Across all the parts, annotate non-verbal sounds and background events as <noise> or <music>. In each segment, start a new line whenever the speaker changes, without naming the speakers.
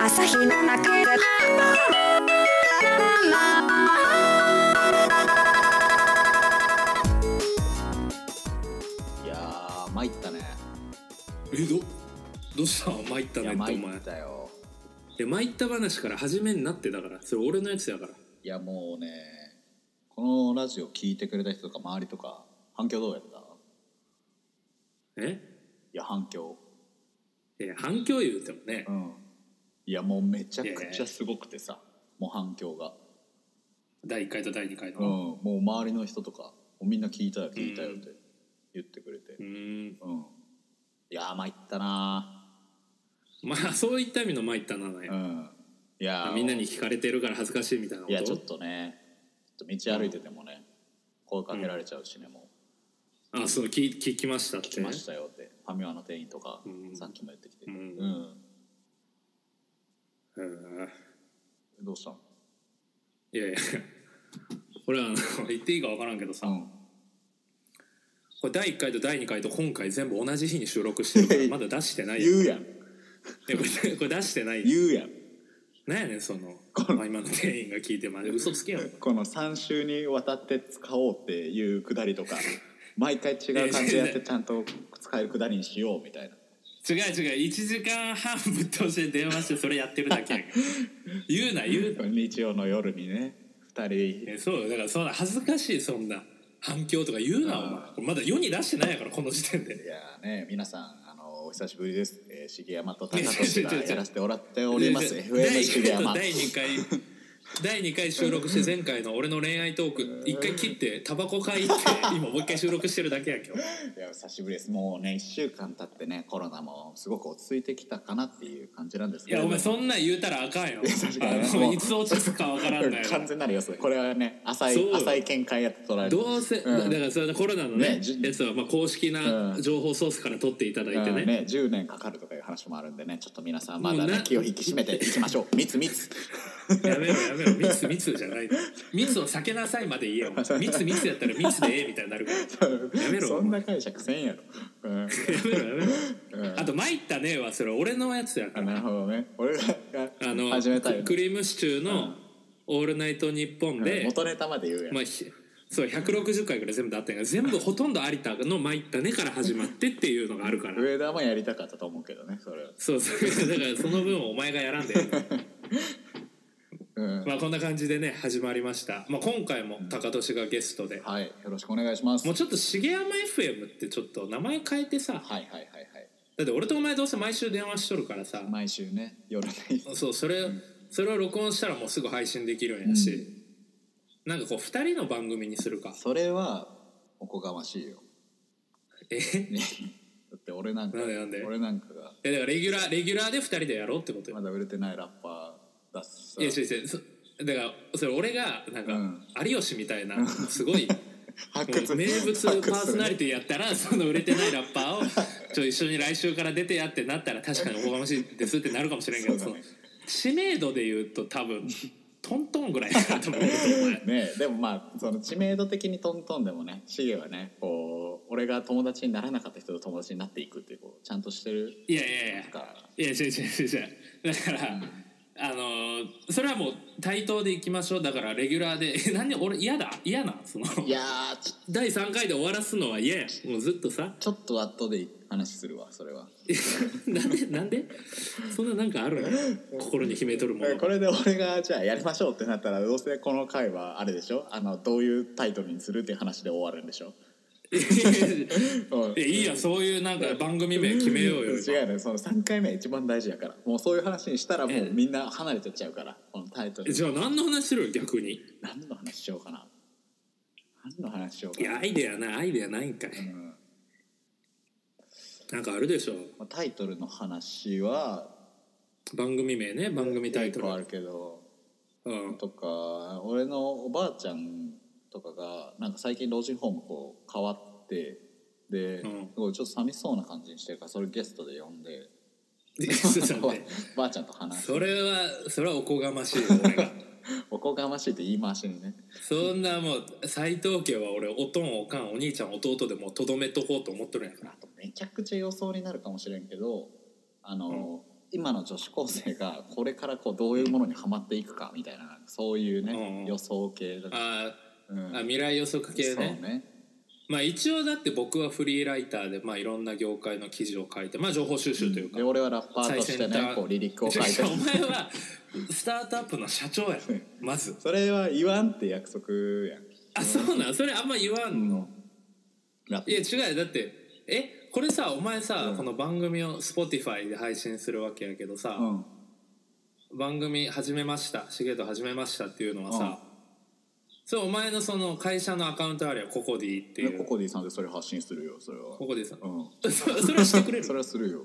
朝日の中で
いやー参ったね
えどどうした参った
い
ね
や
ってお前
参ったよ
で参った話から始めになってだからそれ俺のやつやから
いやもうねこのラジオ聞いてくれた人とか周りとか反響どうやったい
え
や反響
え反響言うてもね
うんいやもうめちゃくちゃすごくてさもう反響が
第1回と第2回
うん
の
もう周りの人とかもうみんな聞いたよ聞いたよって言ってくれて
うんん
うん、いやー参ったな
まあそういった意味の参ったなの
ー
よ
うんいやー
みんなに聞かれてるから恥ずかしいみたいなこと
いやちょっとねちょっと道歩いててもね声かけられちゃうしね、もう
あそう聞聞きましたって
聞きましたよってファミマの店員とか、
うん
さっきも言ってきて、
うんうん
どうしたの
いやいやこれはあの言っていいか分からんけどさ、
うん
これ第1回と第2回と今回全部同じ日に収録してるか
いや <laughs>
ら
いや
まだ出してない
言
よ
うやん
いやこれ <laughs> これ出してないよ
言うやん
なんやねんその
この
まあ今の店員が聞いてまで嘘つけよ
この3週にわたって使おうっていうくだり
<laughs>
とか毎回違う感じでやってちゃんと使えるくだりにしようみたいな
違う違う1時間半ぶっ通して電話してそれやってるだけや
<laughs>
けど言うな言うな
日曜の夜にね2人
えそうよだからそんな恥ずかしいそんな反響とか言うなお前これまだ世に出してないやからこの時点で
いやーね皆さんあのお久しぶりです、えー、重山と高俊がやらせてもらっております FM
第
重
1回
山
と第2回第2回収録して前回の俺の恋愛トーク1回切ってタバコ買いって今もう1回収録してるだけやけど
いや久しぶりですもうね1週間経ってねコロナもすごく落ち着いてきたかなっていう感じなんです
い
けれ
や
ど
お
も
前そんなん言うたらあかんよ
確かにね
あの
もう
いつ落ち着くかわからんのよ
完全なる予想これはね浅
そう
い
よ
浅い見解やと捉える
どうせ、
うん
だからそれコロナの
ね
ね
じ
やつはまあ公式
う
なん情報ソースから取っていただいてね,、
うんね10年かかるとかいう話もあるんでねちょっと皆さんまだ
もう
ね
な
気を引き締めていきましょ
<laughs>
う密密
やめろやめろ密密じゃない密を避けなさいまで言えよお前密密やったら密でええみたいになるからやめろ
そんな解釈せんやろ、うん
やめろやめ
う
ろ
ん
あと「参ったね」はそれ俺のやつや
あ
から
なるほどね俺が
あの
始めたい、
ククリームシチューの「オールナイトニッポン」
うん
で、
元ネタまで言うやん、
まあ、ひそう160回ぐらい全部だったんやけど全部ほとんど有田の「参ったね」から始まってっていうのがあるから
上田もやりたかったと思うけどねそれは、
そうそうだからその分お前がやらんで
うん
まあこんな感じでね始まりました、まあ、今回も高俊がゲストで、
はいよろしくお願いします
も
は
うちょっと重山 FM ってちょっと名前変えてさ
いはいはいはい
だって俺とお前どうせ毎週電話しとるからさ
毎週ね夜ね
そうそれそれを録音したらもうすぐ配信できるんやし、なんかこう2人の番組にするか <laughs>
それはおこがましいよ
え
だって俺なんか
なんでなんで
俺なんかが
えだからレギュラーレギュラーで2人でやろうってことよ
まだ売れてないラッパーだしさ
いや違う違うそだからそれ俺がなんか、
うん
有吉みたいなす
<laughs>
ごい
発
もう名物パーソナリ
テ
ティやったらその売れてないラッパーをちょ一緒に来週から出てやってなったら確かにおこがましいですってなるかもしれんけど
そ
そう
だ
の
ね
知名度で言うと多分トントンぐらいかなと思うけどお前
<laughs> ねえでもまあその知名度的にトントンでもねシゲはねこう俺が友達にならなかった人と友達になっていくっていうこうちゃんとしてる
いやいやいや
から
いや違う違う違う違うだから、あのーそれはもう対等でいきましょうだからレギュラーでえなんで俺嫌だ嫌なその
いやーち
第3回で終わらすのは嫌やもうずっとさ <laughs>
ちょっと後で話するわそれは
なんでなんでそんななんかあるの心に秘めとるもの
これで俺がじゃあやりましょうってなったらどうせこの回はあれでしょあのどういうタイトルにするっていう話で終わるんでしょ、
<laughs>
うん
いやいいやそういうなんか番組名決めようよ
違うねその3回目一番大事やからもうそういう話にしたらもうみんな離れてっちゃうからこのタイト
え
ル
じゃあ何の話しろよ逆に
何の話しようかな何の話しよう
い
かな
やアイデアないアイデアないんかい、
ん
なんかあるでしょ
まあタイトルの話は
番組名ね番組タイ
結
ト
構あ
ル
るけど
うん
とか俺のおばあちゃんとかがなんか最近老人ホームこう変わってで、
うん
すごいちょっと寂しそうな感じにしてるからそれゲストで呼んで
ちょっ
<laughs>
と
おば
待って
ばあちゃんと話す
それはそれはおこがましいよ俺が <laughs>
おこがましいって言い回しにね
そんなもう斎藤家は俺おとんおかんお兄ちゃん弟でもうとどめとこうと思っとるんやから
あとめちゃくちゃ予想になるかもしれんけどあの、
うん
今の女子高生がこれからこうどういうものにはまっていくかみたいなそういうね、
うんうん
予想系だ
あ
う
ー
ん
あ未来予測系
そう
ね
ね
まあ一応だって僕はフリーライターで、まあ、いろんな業界の記事を書いて、まあ、情報収集というか、
で俺はラッパーとして
最先
ね
端
こうリリックを書いて
<laughs> お前はスタートアップの社長やまず
それは言わんって約束やん
あそうなんそれあんま言わんの、
ラッ
いや違うよだってえこれさお前さ、
うん
この番組を Spotify で配信するわけやけどさ
パ、ー、うん、
番組始めましたシゲと始めましたっていうのはさ、それお前のその会社のアカウントあるやココディってい
で
う
ココディさんでそれ発信するよそれは
ココディさん
うん
そそれはしてくれ
<laughs>
る
それはするよ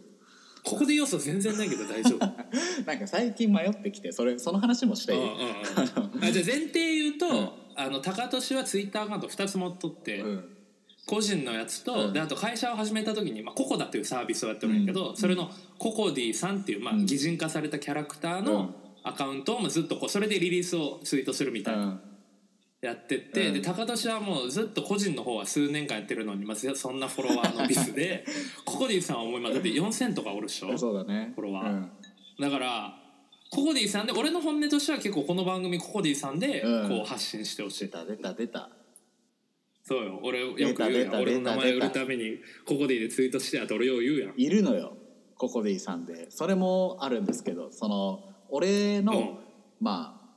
ココディ要素全然ないけど
<laughs>
大丈夫うん
なんか最近迷ってきてそれその話もしていい、
うんうんあじゃあ前提言うと、
うん
あの高俊はツイッターアカウント2つ持っとって、
うん
個人のやつと、
うん
であと会社を始めた時に、まあ、ココダっていうサービスをやってるんやけど、それのココディさんっていう、まあ、
うん
擬人化されたキャラクター
うん
のアカウントをまあずっとこうそれでリリースをツイートするみたいな、
うん
やってって、
うん
で高俊はもうずっと個人の方は数年間やってるのに、まあ、そんなフォロワーのビス
<laughs>
でココディさんは思いますだって4,000とかおるっしょ
そうだね
フォロワー
うん
だからココディさんで俺の本音としては結構この番組ココディさんで
うん
こう発信してほしい、
出た出た出た
そうよ俺よく言う
出
や
た
ん
出た
俺の名前売
出た
るためにココディでツイートしてあと俺よう言うやん
いるのよココディさんでそれもあるんですけどその俺の、
うん
まあ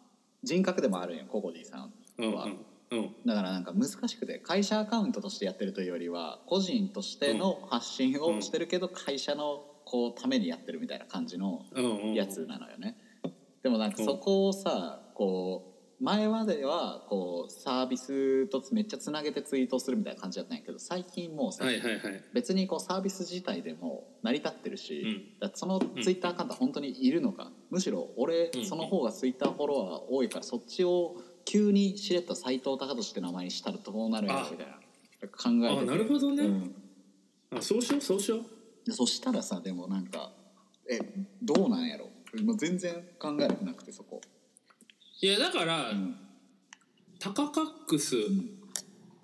人格でもあるんよココディさんは、
うんうんうん
だからなんか難しくて会社アカウントとしてやってるというよりは個人としての発信をしてるけど会社のこうためにやってるみたいな感じの
うんうん
やつなのよね。でもなんかそこをさこう前まではこうサービスとめっちゃつなげてツイートするみたいな感じだったんやけど最近もうさ、
はいはいはい
別にこうサービス自体でも成り立ってるし、
うん
だからそのツイッターアカウントは本当にいるのか、むしろ俺
うん
その方がツイッターフォロワー多いからそっちを急にしれっと斎藤隆俊って名前にしたらどうなるんやろ
あ
みたいな考えてて
あなるほどね
うん
あそうしようそうしよう
でそしたらさでもなんかえどうなんやろもう全然考えられなくてそこ、
いやだから、
うん
タカカックス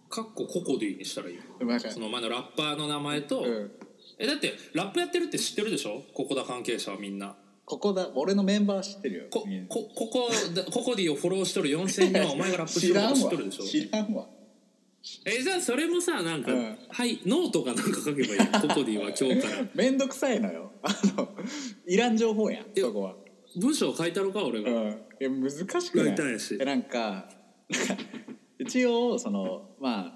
かっこココディにしたらいいよ
でもなんか
その前のラッパーの名前と、
うん、
えだってラップやってるって知ってるでしょココダ関係者はみんな
ここだ俺のメンバー知ってるよ
こ
みんな
こここだココディをフォローしとる4000人はお前がラップし
知
てる
ら
こ
ん
と
わ
知っとるでしょ
知らんわ
えじゃあそれもさなんか、
うん
はいノートかなんか書けばいいよココディは今日から
めんどくさいのよあのいらん情報やん
や
そこは
文章書いたろか俺
う
が、
んいや難しくな
ライターや
い
し
えなんかなんか一応そのまあ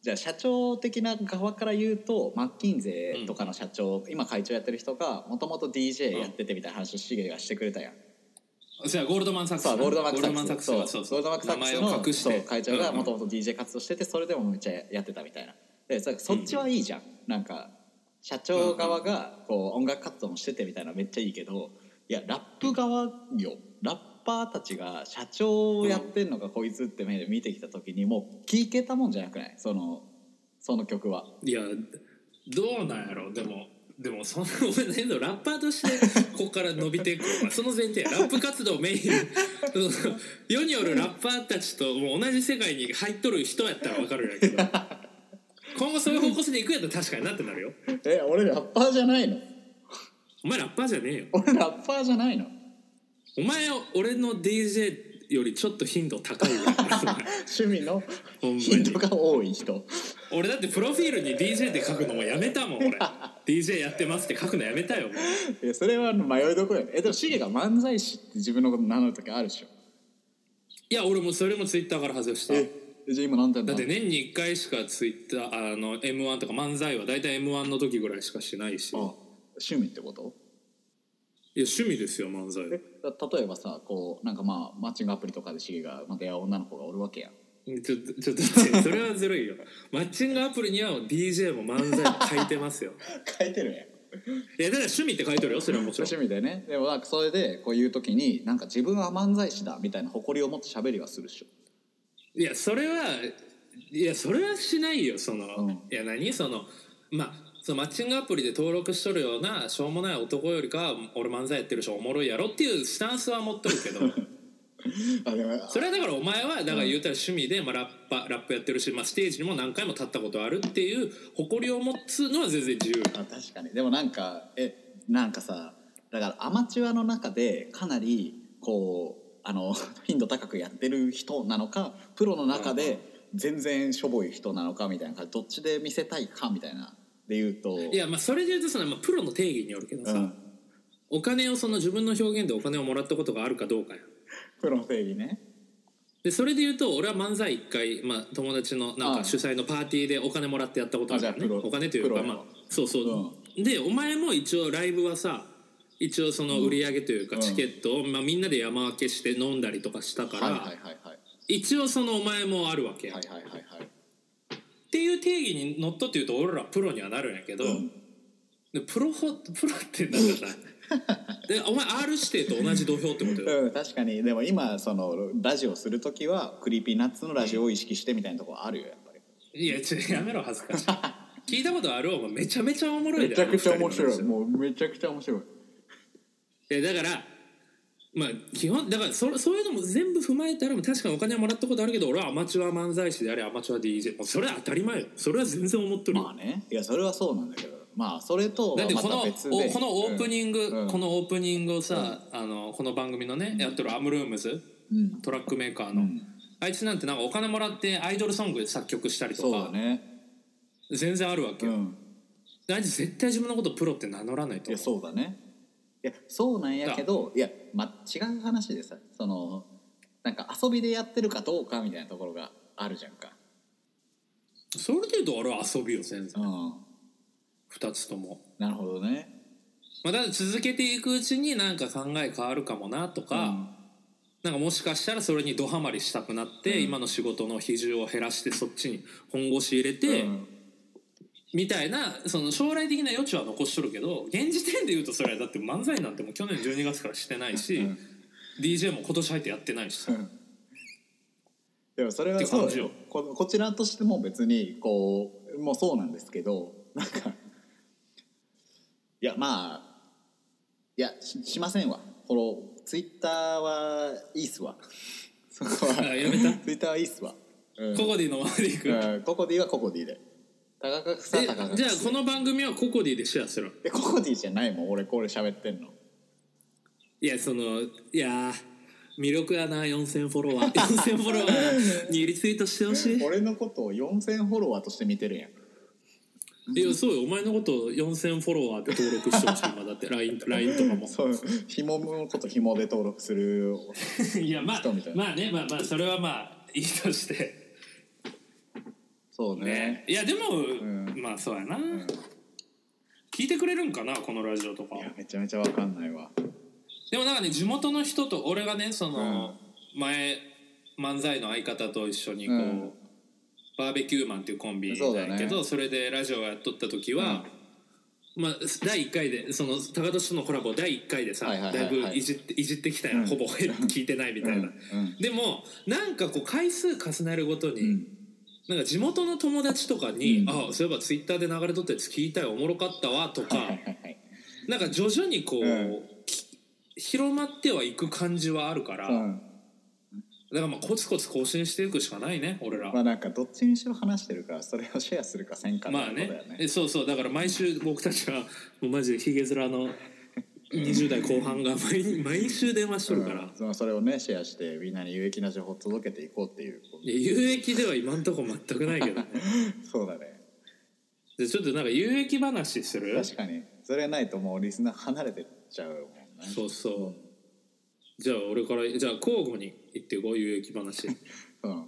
じゃあ社長的な側から言うとマッキンゼとかの社長、今会長やってる人がもともと DJ やっててみたいな話をシゲがしてくれたやん、
じゃあゴールドマンサックス
そうゴールドマックサッ
ゴールドマンサッ
ク
ク
ス
スが
そうゴールドマックサックス
名前を隠
の
し
そ
て
う会長がもと
うん
もと DJ 活動しててそれでもめっちゃやってたみたいなでそそっちはいいじゃん、なんか社長側がこう音楽活動もしててみたいなめっちゃいいけどいやラップ側よラッパーたちが社長をやってんのかこいつって目で見てきた時にもう聞けたもんじゃなくないそのその曲は。
いやどうなんやろでもでもそんな俺ねラッパーとしてここから伸びていく
<laughs>
のはその前提やラップ活動をメインにその世によるラッパーたちともう同じ世界に入っとる人やったら分かるんやけど今後そういう方向性でいくんやったら確かになってなるよ
え俺ラッパーじゃないの
お前ラッパーじゃねえよ
<laughs> 俺ラッパーじゃないの
お前俺の DJ よりちょっと頻度高いよ
<laughs> 趣味 <laughs> の
ほんま
<laughs>
に
頻度が多い人。
俺だってプロフィールに DJ って書くのもやめたもん俺 DJ やってますって書くのやめたよもう
いやそれは迷いどころやねえでもシゲが漫才師って自分のこと名乗る時あるでしょ
いや俺もそれもツイッターから外した
えじゃあ今何て言
だ
っ
ったて
の
年に1回しかツイッターあの m 1とか漫才は大体 m 1の時ぐらいしかしてないしい
あ
や
趣味ってこと
趣味ですよ漫才
えだ例えばさこうなんかまあマッチングアプリとかでシゲがまあ出会う女の子がおるわけやん
ちょっとちょっと待ってそれはずるいよマッチングアプリには DJ も漫才も書いてま
<laughs>
すよ
書いてるやん
いやだから趣味って書いてるよそれはもちろん
趣味でねでもなんかそれでこういう時になんか自分は漫才師だみたいな誇りを持って喋りはするっしょ
いやそれはいやそれはしないよその、
うん
いや何そのまあそのマッチングアプリで登録しとるようなしょうもない男よりかは俺漫才やってるしおもろいやろっていうスタンスは持っとるけど
あでも
それはだからお前はだから言うたら趣味で、まあ、ラッパラップやってるし、まあ、ステージにも何回も立ったことあるっていう誇りを持つのは全然自由
あ確かにでもなんかえなんかさだからアマチュアの中でかなりこうあの <laughs> 頻度高くやってる人なのかプロの中
うんう
で
ん
全然しょぼい人なのかみたいな感じどっちで見せたいかみたいなで言うと
いやまあそれで言うとその、まあ、プロの定義によるけど
う
さ、
ん、
お金をその自分の表現でお金をもらったことがあるかどうかや
プロの定義ね
でそれで言うと俺は漫才一回、まあ、友達のなん
ああ
か主催のパーティーでお金もらってやったことあるから
あ
ね
じゃあプロ
お金という
プ
か
ロ
まあそうそう、でお前も一応ライブはさ一応その売り上げというか
うん
チケットを、まあ、みんなで山分けして飲んだりとかしたから、
はいはいはいはい
一応そのお前もあるわけや、
はいはいはいはい
っていう定義にのっとって言うと俺らプロにはなるんやけど、
うん
でプロほプロってなんかさ
<laughs>
でお前 R 指定と同じ土俵ってことよ、
うん、確かにでも今そのラジオする時はクリーピーナッツのラジオを意識してみたいなところあるよやっぱり
いやちょやめろ恥ず
<laughs>
かしい聞いたことあるお前めちゃめちゃおもろい
めちゃくちゃ面
あ
白
の二
い
人の話
もうめちゃくちゃ面白い
いやだからまあ基本だからそそういうのも全部踏まえたら確かにお金はもらったことあるけど俺はアマチュア漫才師であれアマチュア DJ もうそれは当たり前よそれは全然思っとるよ、
まあねいやそれはそうなんだけどまあそれと
だ
は
って
ま
この
た
お
別で
このオープニング、
うん
このオープニングをさ、あのこの番組のねやってるアムルームズ
うん
トラックメーカーの、
うん
あいつなんてなんかお金もらってアイドルソング作曲したりと
そう
か、
だね
全然あるわけ
う
よ、
ん
であいつ絶対自分のことプロって名乗らないと
いや
思う
そうだねいやそうなんやけどいや、ま、違う話でさそのなんか遊びでやってるかどうかみたいなところがあるじゃんか
それでいうと俺は遊びよ全
う
然
ん
2つとも、
なるほどね
まあ、だから続けていくうちになんか考え変わるかもなとか、なんかもしかしたらそれにドハマりしたくなって、
うん
今の仕事の比重を減らしてそっちに本腰入れ
うん
て、
うん
みたいなその将来的な余地は残しとるけど現時点で言うとそれはだって漫才なんてもう去年12月からしてないし、
うん
DJ も今年入ってやってないしさ
うんでもそれは
って
そ
感
う
じよ
よここちらとしても別にこうもうそうなんですけどなんかいやまあいやししませんわこのツイッターはいいっすわそこは
あやめた
ツイッターはいいっすわ、うん、
ココディの周り行く、
うんココディはココディで高くさ
え
高く
じゃあこの番組はココディでシェアする
ココディじゃないもん俺これ喋ってんの
いやそのいやー魅力やな4000フォロワ
<laughs>
ー4000フォロワーにリツイートしてほしいい
俺のことを4000フォロワーとして見てるやん
やそうよお前のこと4000フォロワーで登録してほしい今だって LINE, LINE とかも
そう紐のこと紐で登録する
いやまあ
人 <laughs> みたいな
まあねまあまあそれはまあいいとして
そうね
ねいやでも、
ん
まあそうやな、
うん
聞いてくれるんかなこのラジオとか
いやめちゃめちゃわかんないわ
でもなんかね地元の人と俺がねその、前漫才の相方と一緒にこう、
うん
バーベキューマンっていうコンビ
そう
な
だ
ん
ね
やけどそ,、れでラジオをやっとった時は、まあ、第1回でその高俊とのコラボ第1回でさ、
はいはいはいはい
だいぶいじっていじってきたやん、
うん
ほぼ <laughs> 聞いてないみたいな、
うん
でもなんかこう回数重ねるごとに、
うん
なんか地元の友達とかに
う
「
ん
あそういえばツイッターで流れとったやつ聞いたよおもろかったわ」とか、
はいはいはい
なんか徐々にこ
う
う、
ん
き広まってはいく感じはあるから、
うん
だからまあコツコツ更新していくしかないね俺ら、
まあなんかどっちにしろ話してるからそれをシェアするかせんかってこ
まあ
とだ
ね
よね
えそうそうだから毎週僕たちはもうマジでヒゲ面の20代後半が
<laughs>
毎日毎週電話しとるから、
うんまあそれをねシェアしてみんなに有益な情報を届けていこうっていう
いや有益では今んとこ全くないけどね
そうだね
でちょっとなんか有益話する
確かにそれないともうリスナー離れてっちゃうもんね
そうそうじゃあ俺からじゃあ交互に言ってこう有
<laughs>
益話
うん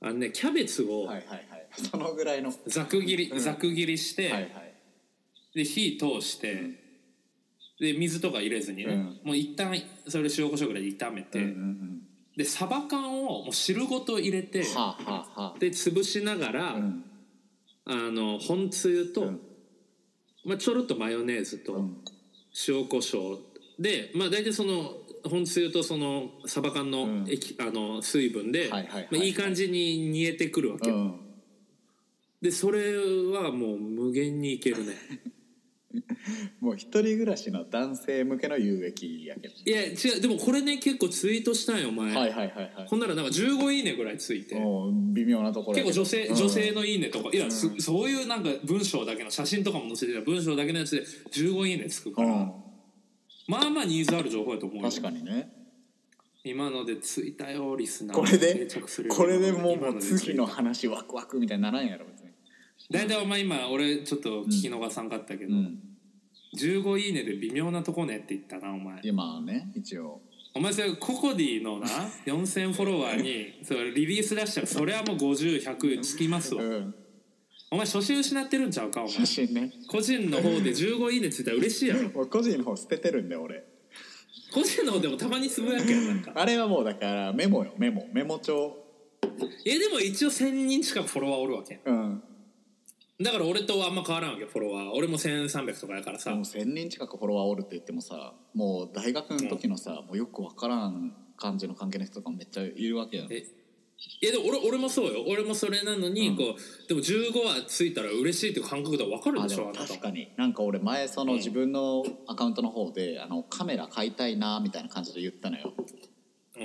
あのねキャベツを
はいはいはいそのぐらいのは
ざく切り、
うん
ざく切りして、
いはい
で火通して、
うん
で水とか入れずにね、
うん
もう一旦それ塩コショウぐらいで炒めて、
うんうん
でサバ缶をもう汁ごと入れて、
うんはあはあは
で潰しながら、
あうん
あの本つゆと、
うん
まあ、ちょろっとマヨネーズ
う
と
ん
塩コショウで、まあ、大体その本つゆとそのサバ缶
う
の
ん
液、あの水分で、
はいはいはいはい
まあ、いい感じに煮えてくるわけ、
うん
でそれはもう無限にいけるね
もう一人暮らしの男性向けの有益やけど
いや違うでもこれね結構ツイートしたんよ前、
はいはいはいはい
こんならなんか15いいねぐらいついて
もう微妙なところ
結
や
構
けど
女性
うん
女性の「いいね」とかいや、す
うん
そういうなんか文章だけの写真とかも載せてたら文章だけのやつで15いいねつくか
う
ら、
ん
まあまあニーズある情報やと思うよ
確かにね
今のでついたよリスナー
これで
定着するよ
これでもう
今
もう
でついた
次の話ワクワクみたいにならんやろ別に
大体お前今俺ちょっと聞き逃さんかったけど、
うん
15いいねで微妙なとこねって言ったなお前
今はね一応
お前それココディのな4000フォロワーにそれリリース出したらそれはもう50100つきますわ
うん
お前初心失ってるんちゃうかお前
写真ね
個人の方で15いいねついたら嬉しいやろ
俺個人の方捨ててるんで俺
個人の方でもたまにつぶやけやなんか
あれはもうだからメモよメモメモ帳
いやでも一応1000人近くフォロワーおるわけ
うん
だから俺とあんま変わらんわけフォロワー俺も1300とかやからさ
もう1,000人近くフォロワーおるって言ってもさもう大学の時のさ、もうよくわからん感じの関係の人とかもめっちゃいるわけやん
えいやでも俺俺もそうよ俺もそれなのに、
うん
こうでも15はついたら嬉しいっていう感覚で分かる
あ
で
で
しょ
も
あなた
確かになんか俺前その自分のアカウントの方で、あのカメラ買いたいなみたいな感じで言ったのよ、
うん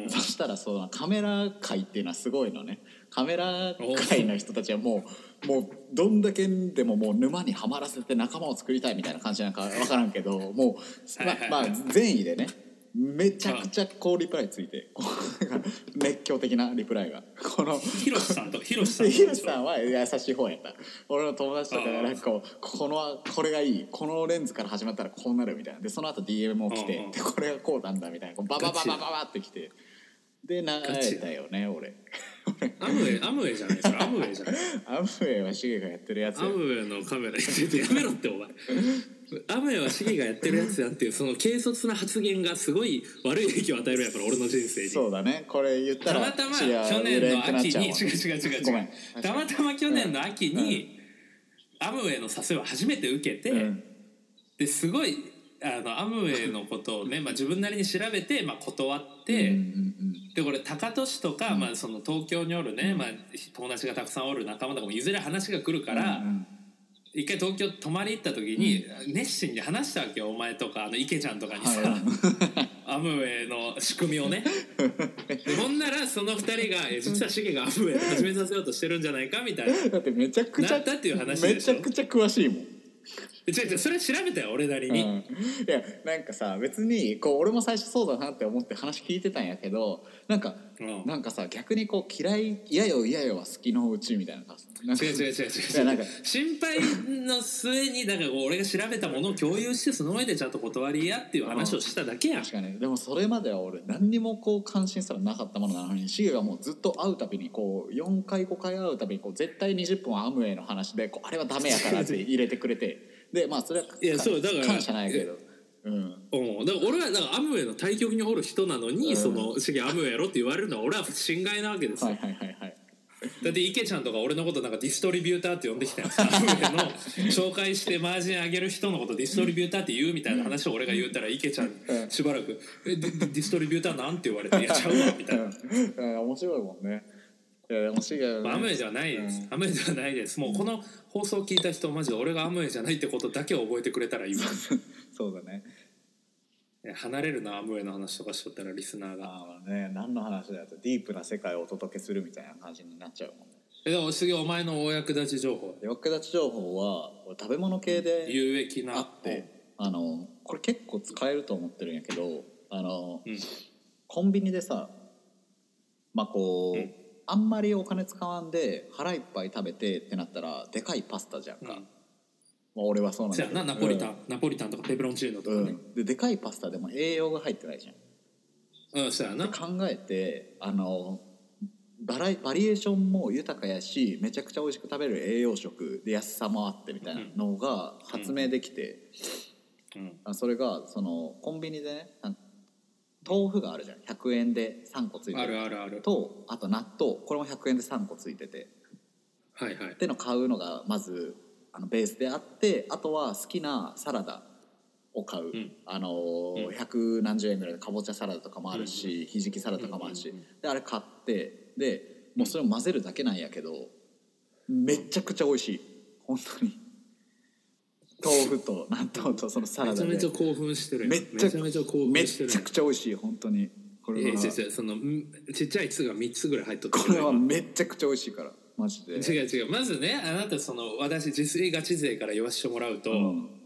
そしたらそのカメラ界っていうのはすごいのねカメラ界の人たちはもうもうどんだけでももう沼にはまらせて仲間を作りたいみたいな感じなんか分からんけどもう
はいはい
ま
は
あ
い
まあ善意でねめちゃくちゃこうリプライついてこうなんか熱狂的なリプライがこの
ひろしさん
<laughs>
とひろしさん
で
と
ヒロシさんは優しい方やった俺の友達とかが
あー
なんかこうこのこれがいいこのレンズから始まったらこうなるみたいなでその後 DM も来て
うんうん
でこれがこうなんだみたいなこうババババババって来てで流れたよね俺
アムウェイアムウェイじゃないですかアムウェイじゃ <laughs> ない
アムウェイはシゲがやってるやつ
アムウェイのカメラについてやめろってお前アムウェイはシゲがやってるやつだっていうその軽率な発言がすごい悪い影響を与えるやから俺の人生に
そうだねこれ言った
た
ら
またま去
違う
年の秋に
揺れんくなっ
違う
ちゃうわ
違う違う違う
ごめん
たまたま去年の秋に、アムウェイの誘いを初めて受けて、
うん
ですごいあのアムウェイのこと
<laughs>
をね、まあ、自分なりに調べて、まあ、断って、
うんうん
でこれ高利市とか、まあ、その東京におるね、まあ、友達がたくさんおる仲間とかもいずれ話が来るか
うん
ら、
うん
一回東京泊まり行った時に、熱心に話したわけよお前とかあの池ちゃんとかにさ、 <laughs> アムウェイの仕組みを
<laughs>
ねでほんならその二人がえ「実はシゲがアムウェイを始めさせようとしてるんじゃないか」みたいな「違う
だってめちゃくちゃ
なったっていう話
め
でし
ち
ょ
ゃくちゃ詳しいもん
違うそれ調べたよ俺なり
うん、
に」
いやなんかさ別にこう俺も最初そうだなって思って話聞いてたんやけどなんか、
うん
なんかさ逆にこう嫌い嫌よ嫌よは好きのうちみたいな感じなんか
違う違う違う違う
いやなん
違
か
う心配の末にだからこう俺が調べたものを共有してその上でちゃんと断りやっていう話をしただけやん
確かにでもそれまでは俺何にもこう関心すらなかったものなのにシゲがもうずっと会うたびにこう4回5回会うたびにこう絶対20分アムウェイの話でこうあれはダメやからって入れてくれてでまあそれはい
やそうだから
感謝ないけどうん
うん、だから俺はだからアムウェイの対局におる人なのに、
うん
その「シゲアムウェイやろ」って言われるのは俺は心外なわけですよ、
はいはいはいはい
だって池ちゃんとか俺のことなんかディストリビューターって呼んで <laughs> きたやつアムウェイの紹介してマージン上げる人のことディストリビューターって言うみたいな話を俺が言ったら池ちゃん
うん
しばらく「えディディストリビューターなん?」て言われて「いやちゃうわ」みたいな
うんうん面白いもんねいやでもシゲはね
まあアムウェイじゃないです、
う
アムウェイじゃないですもうこの放送聞いた人マジで俺がアムウェイじゃないってことだけを覚えてくれたらいいわ
そうだね
いや離れるなアムウェイの話とかしとったらリスナーが
ああね何の話だよとディープな世界をお届けするみたいな感じになっちゃうもんね
えでも次お前のお役立ち情報
で役立ち情報は食べ物系で
有益な
あってあのこれ結構使えると思ってるんやけどあの、
うん
コンビニでさまあこう、
うん
あんまりお金使わんで腹いっぱい食べてってなったらでかいパスタじゃんか、
うん
まあ、俺はそうなん
そ
だ
や
けど
なナポリタン、ナポリタンとかペペロンチーノと
う
か
ん、う
ね
ん、ででかいパスタでも栄養が入ってないじゃん
うん、そうやな
考えてあのバラバリエーションも豊かやしめちゃくちゃ美味しく食べる栄養食で安さもあってみたいなのが発明できて、
うん
あそれがそのコンビニでねなん豆腐があるじゃん100円で3個つい
あ
て
るあるある
とあと納豆これも100円で3個ついてて
はいはい
っての買うのがまずあのベースであってあとは好きなサラダを買う、
ん
あの
うん
百、何十円ぐらいでかぼちゃサラダとかもあるし、ひじきサラダとかもあるし、
うんうん
であれ買ってでもうそれを混ぜるだけなんやけどめちゃくちゃ美味しい本当に。と豆腐と納豆とそのサラ
めち
ダ
ゃ
で
めちゃ興奮してるよ
めっちゃ
めちゃめちゃ興
め
奮して
ち
る
ゃくちゃ美味しい本当にこ
いや
れ
い
は
やいやそのんちっちゃい筒が3つぐらい入っとった
これはめちゃくちゃ美味しいからマジで
違う違うまずねあなたその私自炊ガチ勢から言わせてもらうと、
うん <laughs>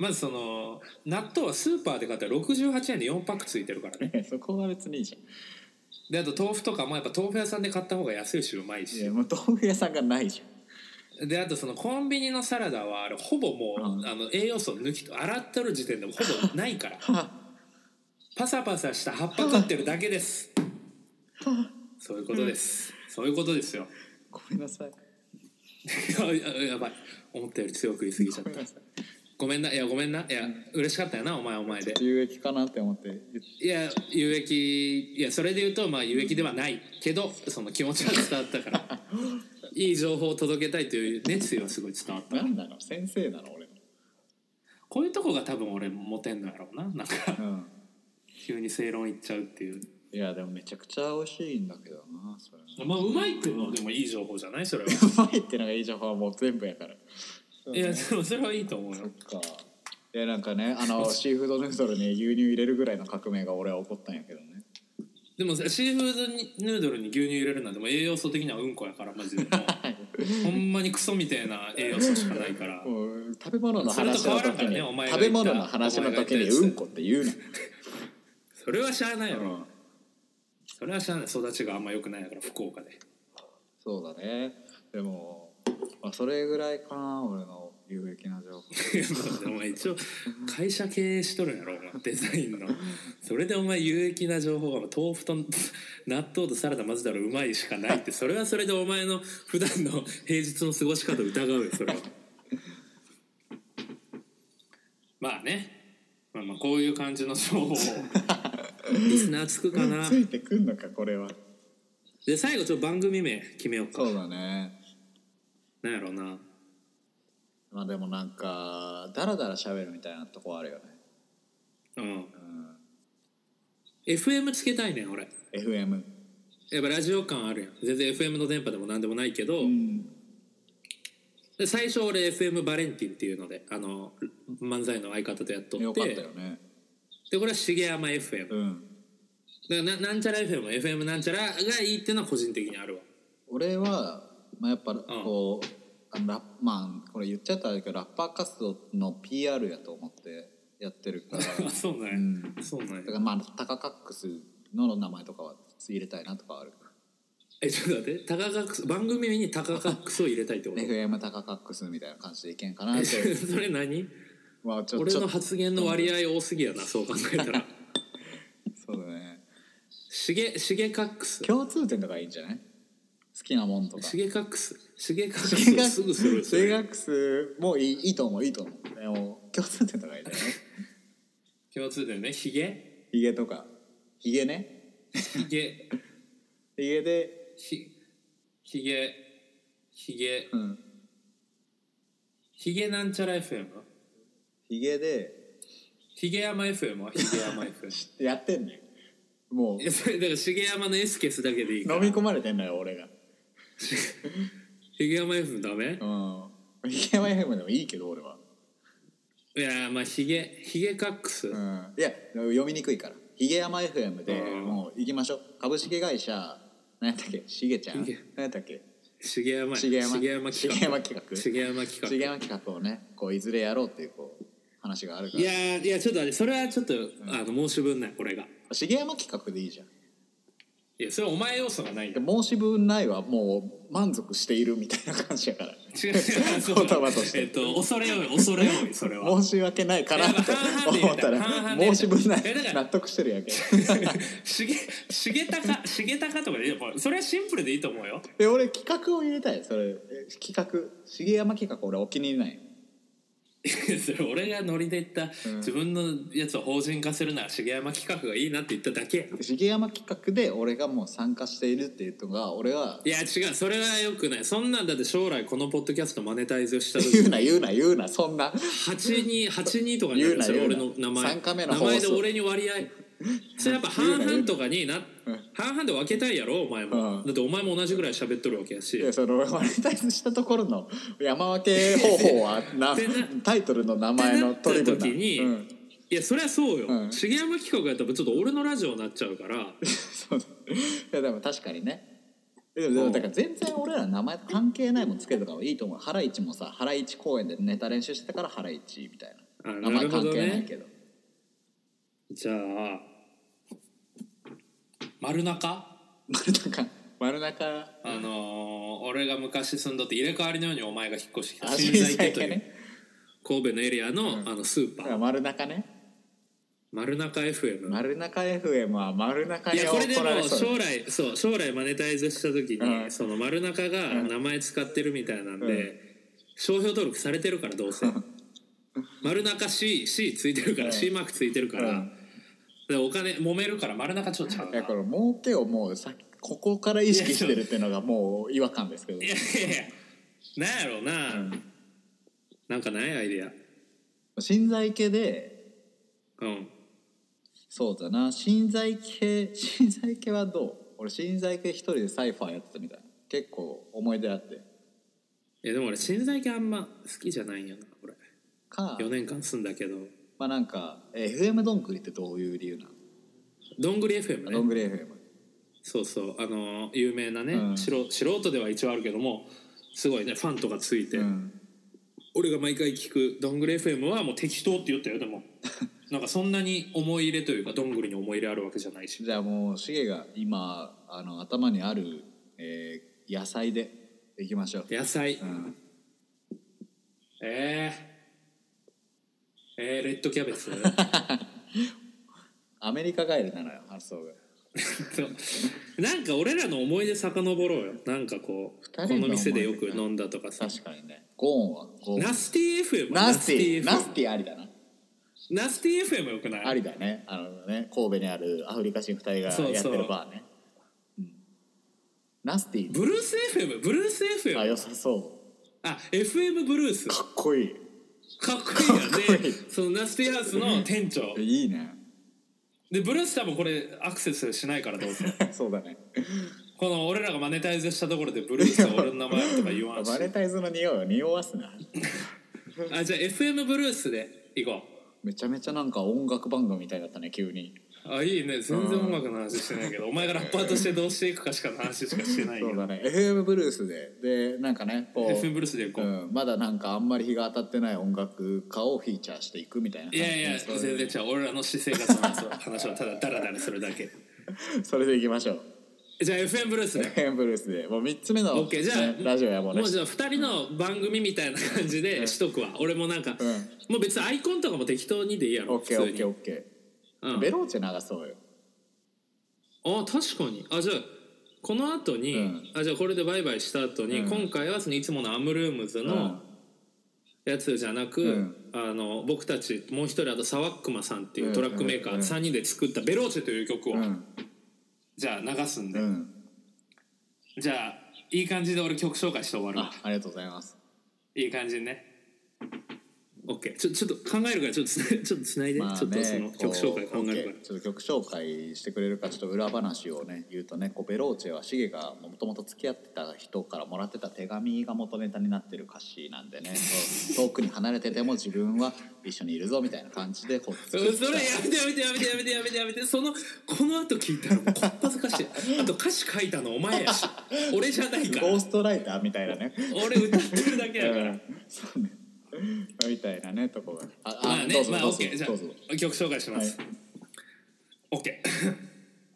まずその納豆はスーパーで買ったら68円で4パックついてるからね
そこは別にいいじ
であと豆腐とかもやっぱ豆腐屋さんで買った方が安いしうまい
ゃんいや
し
もう豆腐屋さんがないじ
であとそのコンビニのサラダはあれほぼも
う
う、
ん
あの栄養素抜きと洗っとる時点でもほぼないから
ゃんは
パサパサした葉っぱ食ってるだけです
は
そういうことです、そういうことですよ <laughs>
ごめんなさい
ややばい思ったより強く言い過ぎちゃっ
ご
た
めんなさい
ごめんないやごめんないや、嬉しかったよなお前お前で
有益かなって思って
いや有益いやそれで言うとまあ有益ではないけどその気持ちは伝わったから <laughs> いい情報を届けたいという熱意はすごい伝わった
何なの先生なの俺の
こういうとこが多分俺モテんのやろうななんか
うん
急に正論言っちゃうっていう
いやでもめちゃくちゃ美味しいんだけどなそれ
まあうまいっていうのはでもいい情報じゃないそれは
うまいってのがいい情報はもう全部やから
いやでもそれはいいと思う
そっ
よ
かいやなんかねあ <laughs> のシーフードヌードルに牛乳入れるぐらいの革命が俺は起こったんやけどね
でもさシーフードにヌードルに牛乳入れるなんてもう栄養素的にはうんこやからマジでも <laughs> うほんまにクソみたいな栄養素しかないから
もう食べ物の話の
それと変わらん
時
から
に、
ねお前が
食
言
べ
った
物の話の時に
お前が言ったやつ
うんこって言う
それはしゃあないや
な、
ろ、それはしゃあない育ちがあんま良くないやから福岡で <laughs>
そうだねでも、まあ、それぐらいかな俺の有益な情報
いやまあでも一応会社経営しとるんやろお前デザインのそれでお前有益な情報が豆腐と納豆とサラダ混ぜたらうまいしかないってそれはそれでお前の普段の平日の過ごし方を疑うよそれはまあねまあまあこういう感じの
<laughs>
情報をリスナーつくかな
ついてくんのかこれは
で最後ちょっと番組名決めようか
そうだね
なんやろうな
まあでもなんかダラダラ喋るみたいなとこあるよね、
うん
うん、
FM つけたいねん俺
FM
やっぱラジオ感あるやん全然 FM の電波でも何でもないけど、
うん
で最初俺 FM バレンティンっていうのであの漫才の相方とやっと
よ
っ
かってたよね
でこれは重山 FM だか
うん
らななんちゃら FMFM なんちゃらがいいっていうのは個人的にあるわ
俺は、まあ、やっぱこう、あのラッまあこれ言っちゃったらあれだけどラッパー活動の PR やと思ってやってる
<laughs>
からだ
そうなんや、
うん
そうなん
か
や
らまあタカカックスの名前とかは入れたいなとかはある
えちょっと待ってタカカックス番組にタカカックスを入れたいって <laughs> こと
FM タカカックスみたいな感じでいけんかなっ
え <laughs>
て
それ何
まあちょ
俺
ちょ
の発言の割合多すぎやなそう考えた
<laughs>
ら
そうだね
シゲシゲカックス
共通点とかいいんじゃない好きなもんとか
シゲカックスシゲ
<laughs>
カック
シゲカ
スすぐする
シゲカックスもいいいいと思ういいと思うでも共通点とかいいんじゃない
共通点ねヒゲ
ヒゲとかヒゲね
ヒゲ
ヒゲで
ひひげひげ
うん
ひげなんちゃら FM
ヒゲで
ひげ山 FM はひげ山 FM
やってんねんもう
いやそれだからしげ山のエスケスだけでいいか
飲
ら
み込まれてんのよ俺が
ひげ山 FM ダメ
うんヒゲマイフムでもいいけど俺は、
いやーまあひげひげカックス、
うん、いや読みにくいからヒゲヤマ FM で
うん
もう行きましょう株式会社何やったっけしげちゃん
しげ
何やったっけ
しげ山
しげやま
しげ山
し
企
げやま企
画
画
し
し
げ山
げ
企画
やま企画をねこういずれやろうっていうこう話があるか
いや
ら
ーいやちょっとあれそれはちょっと、あの申し分ない俺が
しげやま企画でいいじゃん
いやそれお前要素がないんだ
で申し分ないはもう満足しているみたいな感じやから
違う違うそ
<laughs> 言
う
葉として
えっと恐れ多い恐れ多いそれは
申し訳ないかなって思った
い
ら
やまあ半々でいいんだよ
申し分ない
いやだから
納得してるやんけ
しげしげた <laughs> かしげたかとかでやっぱそれはシンプルでいいと思うよ
で俺企画を入れたいそれえ企画重山企画俺お気に入りない
<laughs> それ俺がノリで言った、
うん
自分のやつを法人化するなら重山企画がいいなって言っただけ
重山企画で俺がもう参加しているっていうのが俺はい
や違うそれはよくないそんなんだって将来このポッドキャストマネタイズした時
言う
<laughs>
な言うな言うなそんな
8282とかにな
言
る
うな
それ
言う
俺
な
の名前
三回目の
名
放送
前で俺に割合それやっぱ半々とかにな半々で分けたいやろお前も、
うん
だってお前も同じぐらい喋っとるわけやし
いやそのマネタイズしたところの山分け方法はな
でな
タイトルの名前の取り分な
ってなった時に
うん、
いやそりゃそうよ、
うん
茂山紀子がやったらちょっと俺のラジオになっちゃうから
そう <laughs> いやでも確かにねでもでもだから全然俺ら名前関係ないもんつけるとかはいいと思うハライチもさハライチ公演でネタ練習してたからハライチみたい
あ
な名
な
前
るほ
関
ど
係ない
ね
けど
じゃあ丸中
丸中丸中
あのー俺が昔住んどって入れ替わりのようにお前が引っ越してきた
あ
新在家とい
新在家
う
ね
神戸のエリアの,、
うん
あのスーパー
丸中ね
丸中 FM、
丸中 FM は丸中
い
に
やこれで
怒
も
られ
う
そう
将
だね
来そう将来マネタイズした時に、
うん
その丸中が名前使ってるみたいなんで、
うん
商標登録されてるからどうせ丸中 C, C ついてるから、
うん
C マークついてるから、
うん
でお金揉めるから丸中ちょっとちゃう
い
な
やこれ儲けをもうさここから意識してるっていうのがもう違和感ですけど
いやいやいやなんやろうな、なんかないアイディ
新在家で
アうん
そうだな新在家新在家はどう俺新在家一人でサイファーやってたみたいな結構思い出あって
いやでも俺新在家あんま好きじゃないんやな俺
か
4年間住んだけど
まあなんかえー FM どんぐりってどういう理由なの
どんぐり FM
どん
ね
ぐり FM
そうそうあのー有名なね、
うん
素人素人では一応あるけどもすごいねファンとかついて、
うん
俺が毎回聞く「どんぐり FM」はもう適当って言ったよで
<laughs>
もなんかそんなに思い入れというかどんぐりに思い入れあるわけじゃないし
じゃあもうシゲが今あの頭にある、えー野菜でいきましょう、
野菜、
うん、
えー、えー、レッドキャベツ
アメリカ帰りなのよ発想が
そうなんか俺らの思い出遡ろうよなんかこう
二
こ
人の思い出
の店でよく飲んだとかさ
確かにねゴーンはゴーン
ナスティ FM
ナスティナス
FM
ティありだな
ナスティ FM よくない
ありだねあのね神戸にあるアフリカ人2人がや
そうそう
ってるバーねうんナスティ
ブルース FM ブルース
あ
FM
良さそう
あ FM ブルースか
かっこい
っこいいや
かっこい
で
い
そのナスティハウスの店長
いいいね <laughs>
でブルース多分これアクセスしないからどう
<laughs>
せ
そうだね
この俺らがマネタイズしたところでブルースは俺の名前とか言わんし
マネタイズの匂いを匂わすな
あじゃあ FM ブルースで行こ
めちゃめちゃなんか音楽番組みたいだったね急に
うあいいね全然音楽の話してないけどお前がラッパーとしてどうしていくかしかの話しかしてないよ
そうだね FM ブルースででなんかねこう
FM ブルースで行こう、
うん、まだなんかあんまり日が当たってない音楽家をフィーチャーしていくみたいな感
い
じ
やいや
そう
全然違う俺らの私生活の話はた <laughs> だダラダラするだけ
それでいきましょう
じゃあ FM ブルースで
FM ブルースでもう3つ目の、
オッケーじゃあ、
ねラジオやも
も
うね
うじゃあ2人の番組みたいな感じでしとくわ、俺もなんか、
うん
もう別にアイコンとかも適当にでいいやろ
オッケーオ
普通
ッケ
に
ーオッケ
う
ー
ん
ベローチェ流そうよ
あ確かにあじゃあこの後に、
うん
あじゃあこれでバイバイした後に、
うん
今回はそのいつものアムルームズのやつじゃなく、
うん
あの僕たちもう一人あと沢熊さんってい
うん
うトラックメーカ
うん
ー3人で作った「ベローチェ」という曲を、
うん
じゃあ流すん
う
で、
ん
じゃあいい感じで俺曲紹介して終わるわ
あありがとうございます
いい感じにね。オッケー。ちょちょっと考えるからちょっとつ <laughs> なちょっとつないで、
まあね
ちょっとその
こう
曲紹介考えるか
OK ちょっと曲紹介してくれるかちょっと裏話をね言うとねこうベローチェはシゲがもともと付き合ってた人からもらってた手紙が元ネタになってる歌詞なんで
<laughs>
ねそう遠くに離れてても自分は一緒にいるぞみたいな感じでこう
ら。
作っ
う
た
ん <laughs> それやめてやめてやめてやめてやめてやめてそのこの後聞いたらもうこっぱずかしいあと歌詞書いたのお前やし俺じゃな
<laughs>
いから
ゴーストライターみたいなね
俺歌ってるだけやから
<laughs> そうねみたいなねとこがあ
ま
どう
あね
ぞ
まあ
ど
オ
う
ッ
ぞ
ケーじゃ
どうぞ
あ曲紹介します
は
オッケー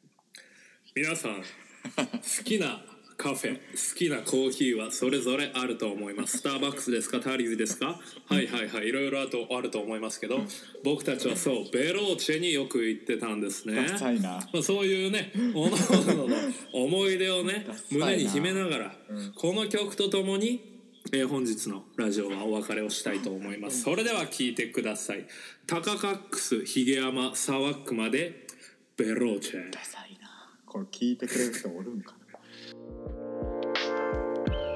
<laughs> 皆さん好きなカフェ好きなコーヒーはそれぞれあると思いますスターバックスですかタリーズですかはいはいはいいろいろあとあると思いますけど僕たちはそうベローチェによく行ってたんですね
ダサいな
まあ、そういうねおのおのの思い出をね
ダサいな
胸に秘めながら、この曲とともに、えー本日のラジオはお別れをしたいと思います、それでは聴いてください「タカカックスヒゲヤマサワックまでベローチェ」
ダサいなこれ聞いてくれる人おるんかな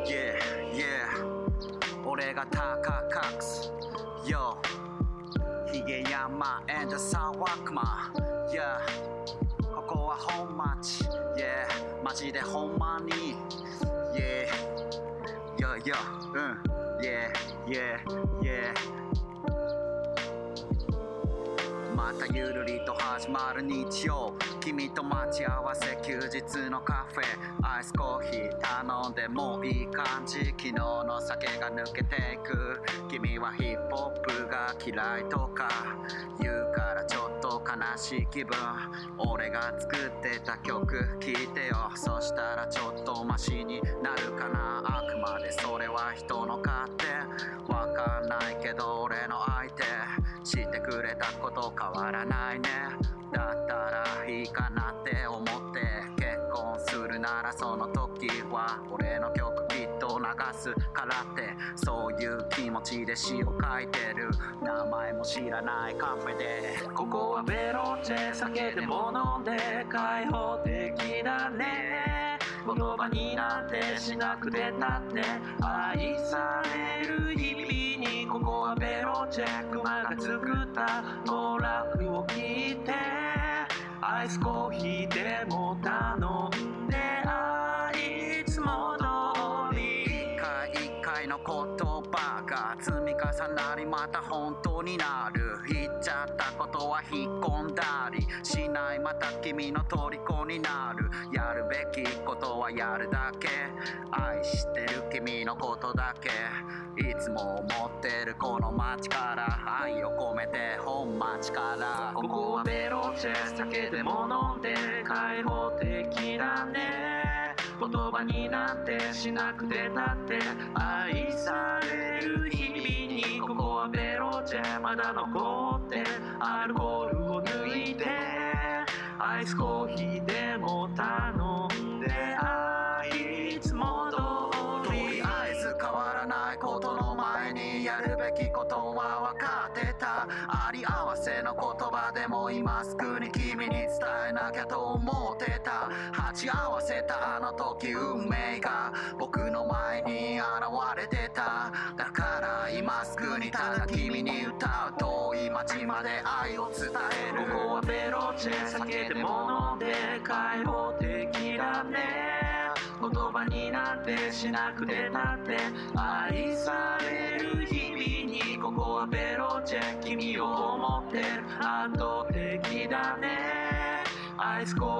Yeah, yeah 俺がタカカックス Yo ヒゲヤマ and サワクマ Yeah ここは本町 Yeah マジでほんまに Yeah Yo yo うん Yeah yeah yeah またゆるりと始まる日曜君と待ち合わせ休日のカフェアイスコーヒー頼んでもいい感じ昨日の酒が抜けていく君はヒップホップが嫌いとか言うからちょっと悲しい気分俺が作ってた曲聴いてよそしたらちょっとマシになるかなあくまでそれは人の勝手わかんないけど俺の相手してくれたこと変わらないねだったらいいかなって思って結婚するならその時は俺の曲きっと流すからってそういう気持ちで詩を書いてる名前も知らないカフェでここはベロチェ酒でも飲んで開放的だね言葉になんてしなくてだって愛される日々にここはベロチェクマが作ったトラックを聞いてアイスコーヒーでも頼んであいつも通り一回一回の言葉が積み重なりまた本当になる言っちゃったことは引っ込んだりしないまた君の虜になるやるべきことはやるだけ愛してる君のことだけいつも思ってるこの街から愛を込めて本町からここはベロチェ酒でも飲んで開放的だね言葉になんてしなくてだって愛される日々にここはベロチェまだ残ってアルコールを抜いてアイスコーヒーでも頼んであいつも通りとりあえず変わらないことの前にやるべきことは分かってたあり合わせの言葉でも今すぐに君に伝えなきゃと思ってた鉢合わせたあの時運命が僕の前に現れてただから今すぐにただ君に歌う遠い街まで愛を伝えるここはベロチェ酒でも飲んで開放的だね言葉になんてしなくてだって愛される日々にここはベロチェ君を思って圧倒的だねアイスコー